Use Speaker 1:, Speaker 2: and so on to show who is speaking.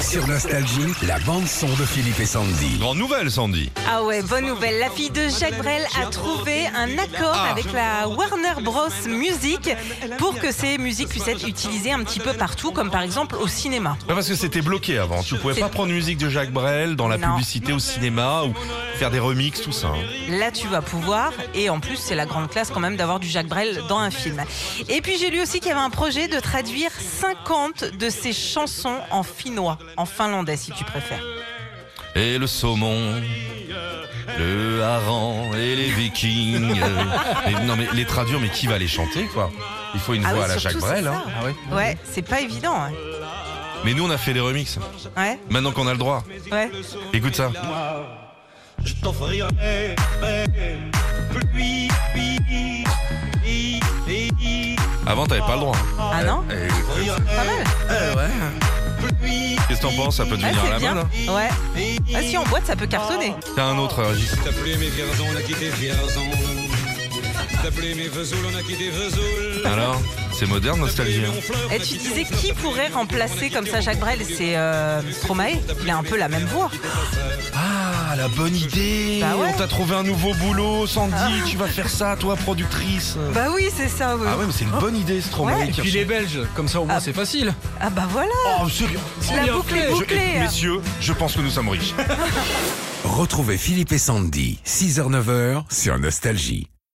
Speaker 1: Sur Nostalgie, la bande-son de Philippe et Sandy.
Speaker 2: Grande nouvelle, Sandy.
Speaker 3: Ah ouais, bonne nouvelle. La fille de Jacques Brel a trouvé un accord
Speaker 2: Ah.
Speaker 3: avec la Warner Bros Music pour que ces musiques puissent être utilisées un petit peu partout, comme par exemple au cinéma.
Speaker 2: Ouais, parce que c'était bloqué avant. Tu pouvais
Speaker 3: C'est-
Speaker 2: pas prendre musique de Jacques Brel dans la
Speaker 3: Non.
Speaker 2: publicité au cinéma ou faire des remixes, tout ça. hein.
Speaker 3: Là, tu vas pouvoir. Et en plus, c'est la grande classe quand même d'avoir du Jacques Brel dans un film. Et puis, j'ai lu aussi qu'il y avait un projet de traduire 50 de ses chansons en finnois, en finlandais si tu préfères.
Speaker 2: Et le saumon, le hareng et les vikings. Mais non, mais les traduire, mais qui va les chanter, quoi Il faut une
Speaker 3: Ah
Speaker 2: voix
Speaker 3: oui,
Speaker 2: à la Jacques
Speaker 3: surtout,
Speaker 2: Brel.
Speaker 3: c'est
Speaker 2: hein.
Speaker 3: ça.
Speaker 2: Ah ouais.
Speaker 3: Ouais, c'est pas évident. hein.
Speaker 2: Mais nous, on a fait les remixes.
Speaker 3: Ouais,
Speaker 2: Maintenant qu'on a le droit.
Speaker 3: ouais.
Speaker 2: Écoute ça.
Speaker 4: je t'offrirai pluie, pluie, pluie, pluie,
Speaker 2: Avant, t'avais pas le droit.
Speaker 3: Ah non
Speaker 2: Eh,
Speaker 3: Pas mal.
Speaker 4: pluie.
Speaker 2: Qu'est-ce que t'en penses Ça peut
Speaker 3: Ouais,
Speaker 2: devenir à
Speaker 3: Ah, c'est
Speaker 2: la
Speaker 3: bien.
Speaker 2: mode. hein
Speaker 3: Ouais. Ah, si, en boîte, ça peut cartonner.
Speaker 2: T'as un autre, Régis.
Speaker 5: T'as plus mes vierzons, on a quitté Vierzon. T'as plus mes Vesoul, on a quitté Vesoul.
Speaker 2: Alors, c'est moderne, nostalgie. hein.
Speaker 3: Et Eh, tu disais qui pourrait remplacer comme ça Jacques Brel C'est euh, Stromae. Il a un peu la même voix.
Speaker 2: Ah, la bonne idée
Speaker 3: Bah ouais.
Speaker 2: On t'a trouvé un nouveau boulot, Sandy, tu vas faire ça, toi, productrice
Speaker 3: Bah oui, c'est ça. Oui.
Speaker 2: Ah ouais, mais c'est une bonne idée, ce Stromae.
Speaker 3: Ouais.
Speaker 2: qui
Speaker 6: Puis les Belges, comme ça au moins c'est facile.
Speaker 3: Ah bah voilà.
Speaker 2: Oh, sérieux
Speaker 3: La
Speaker 6: bien
Speaker 3: boucle
Speaker 6: fait.
Speaker 3: est
Speaker 6: Je-
Speaker 3: bouclée.
Speaker 2: Messieurs, je pense que nous sommes riches.
Speaker 1: Retrouvez Philippe et Sandy, 6h-9h sur Nostalgie.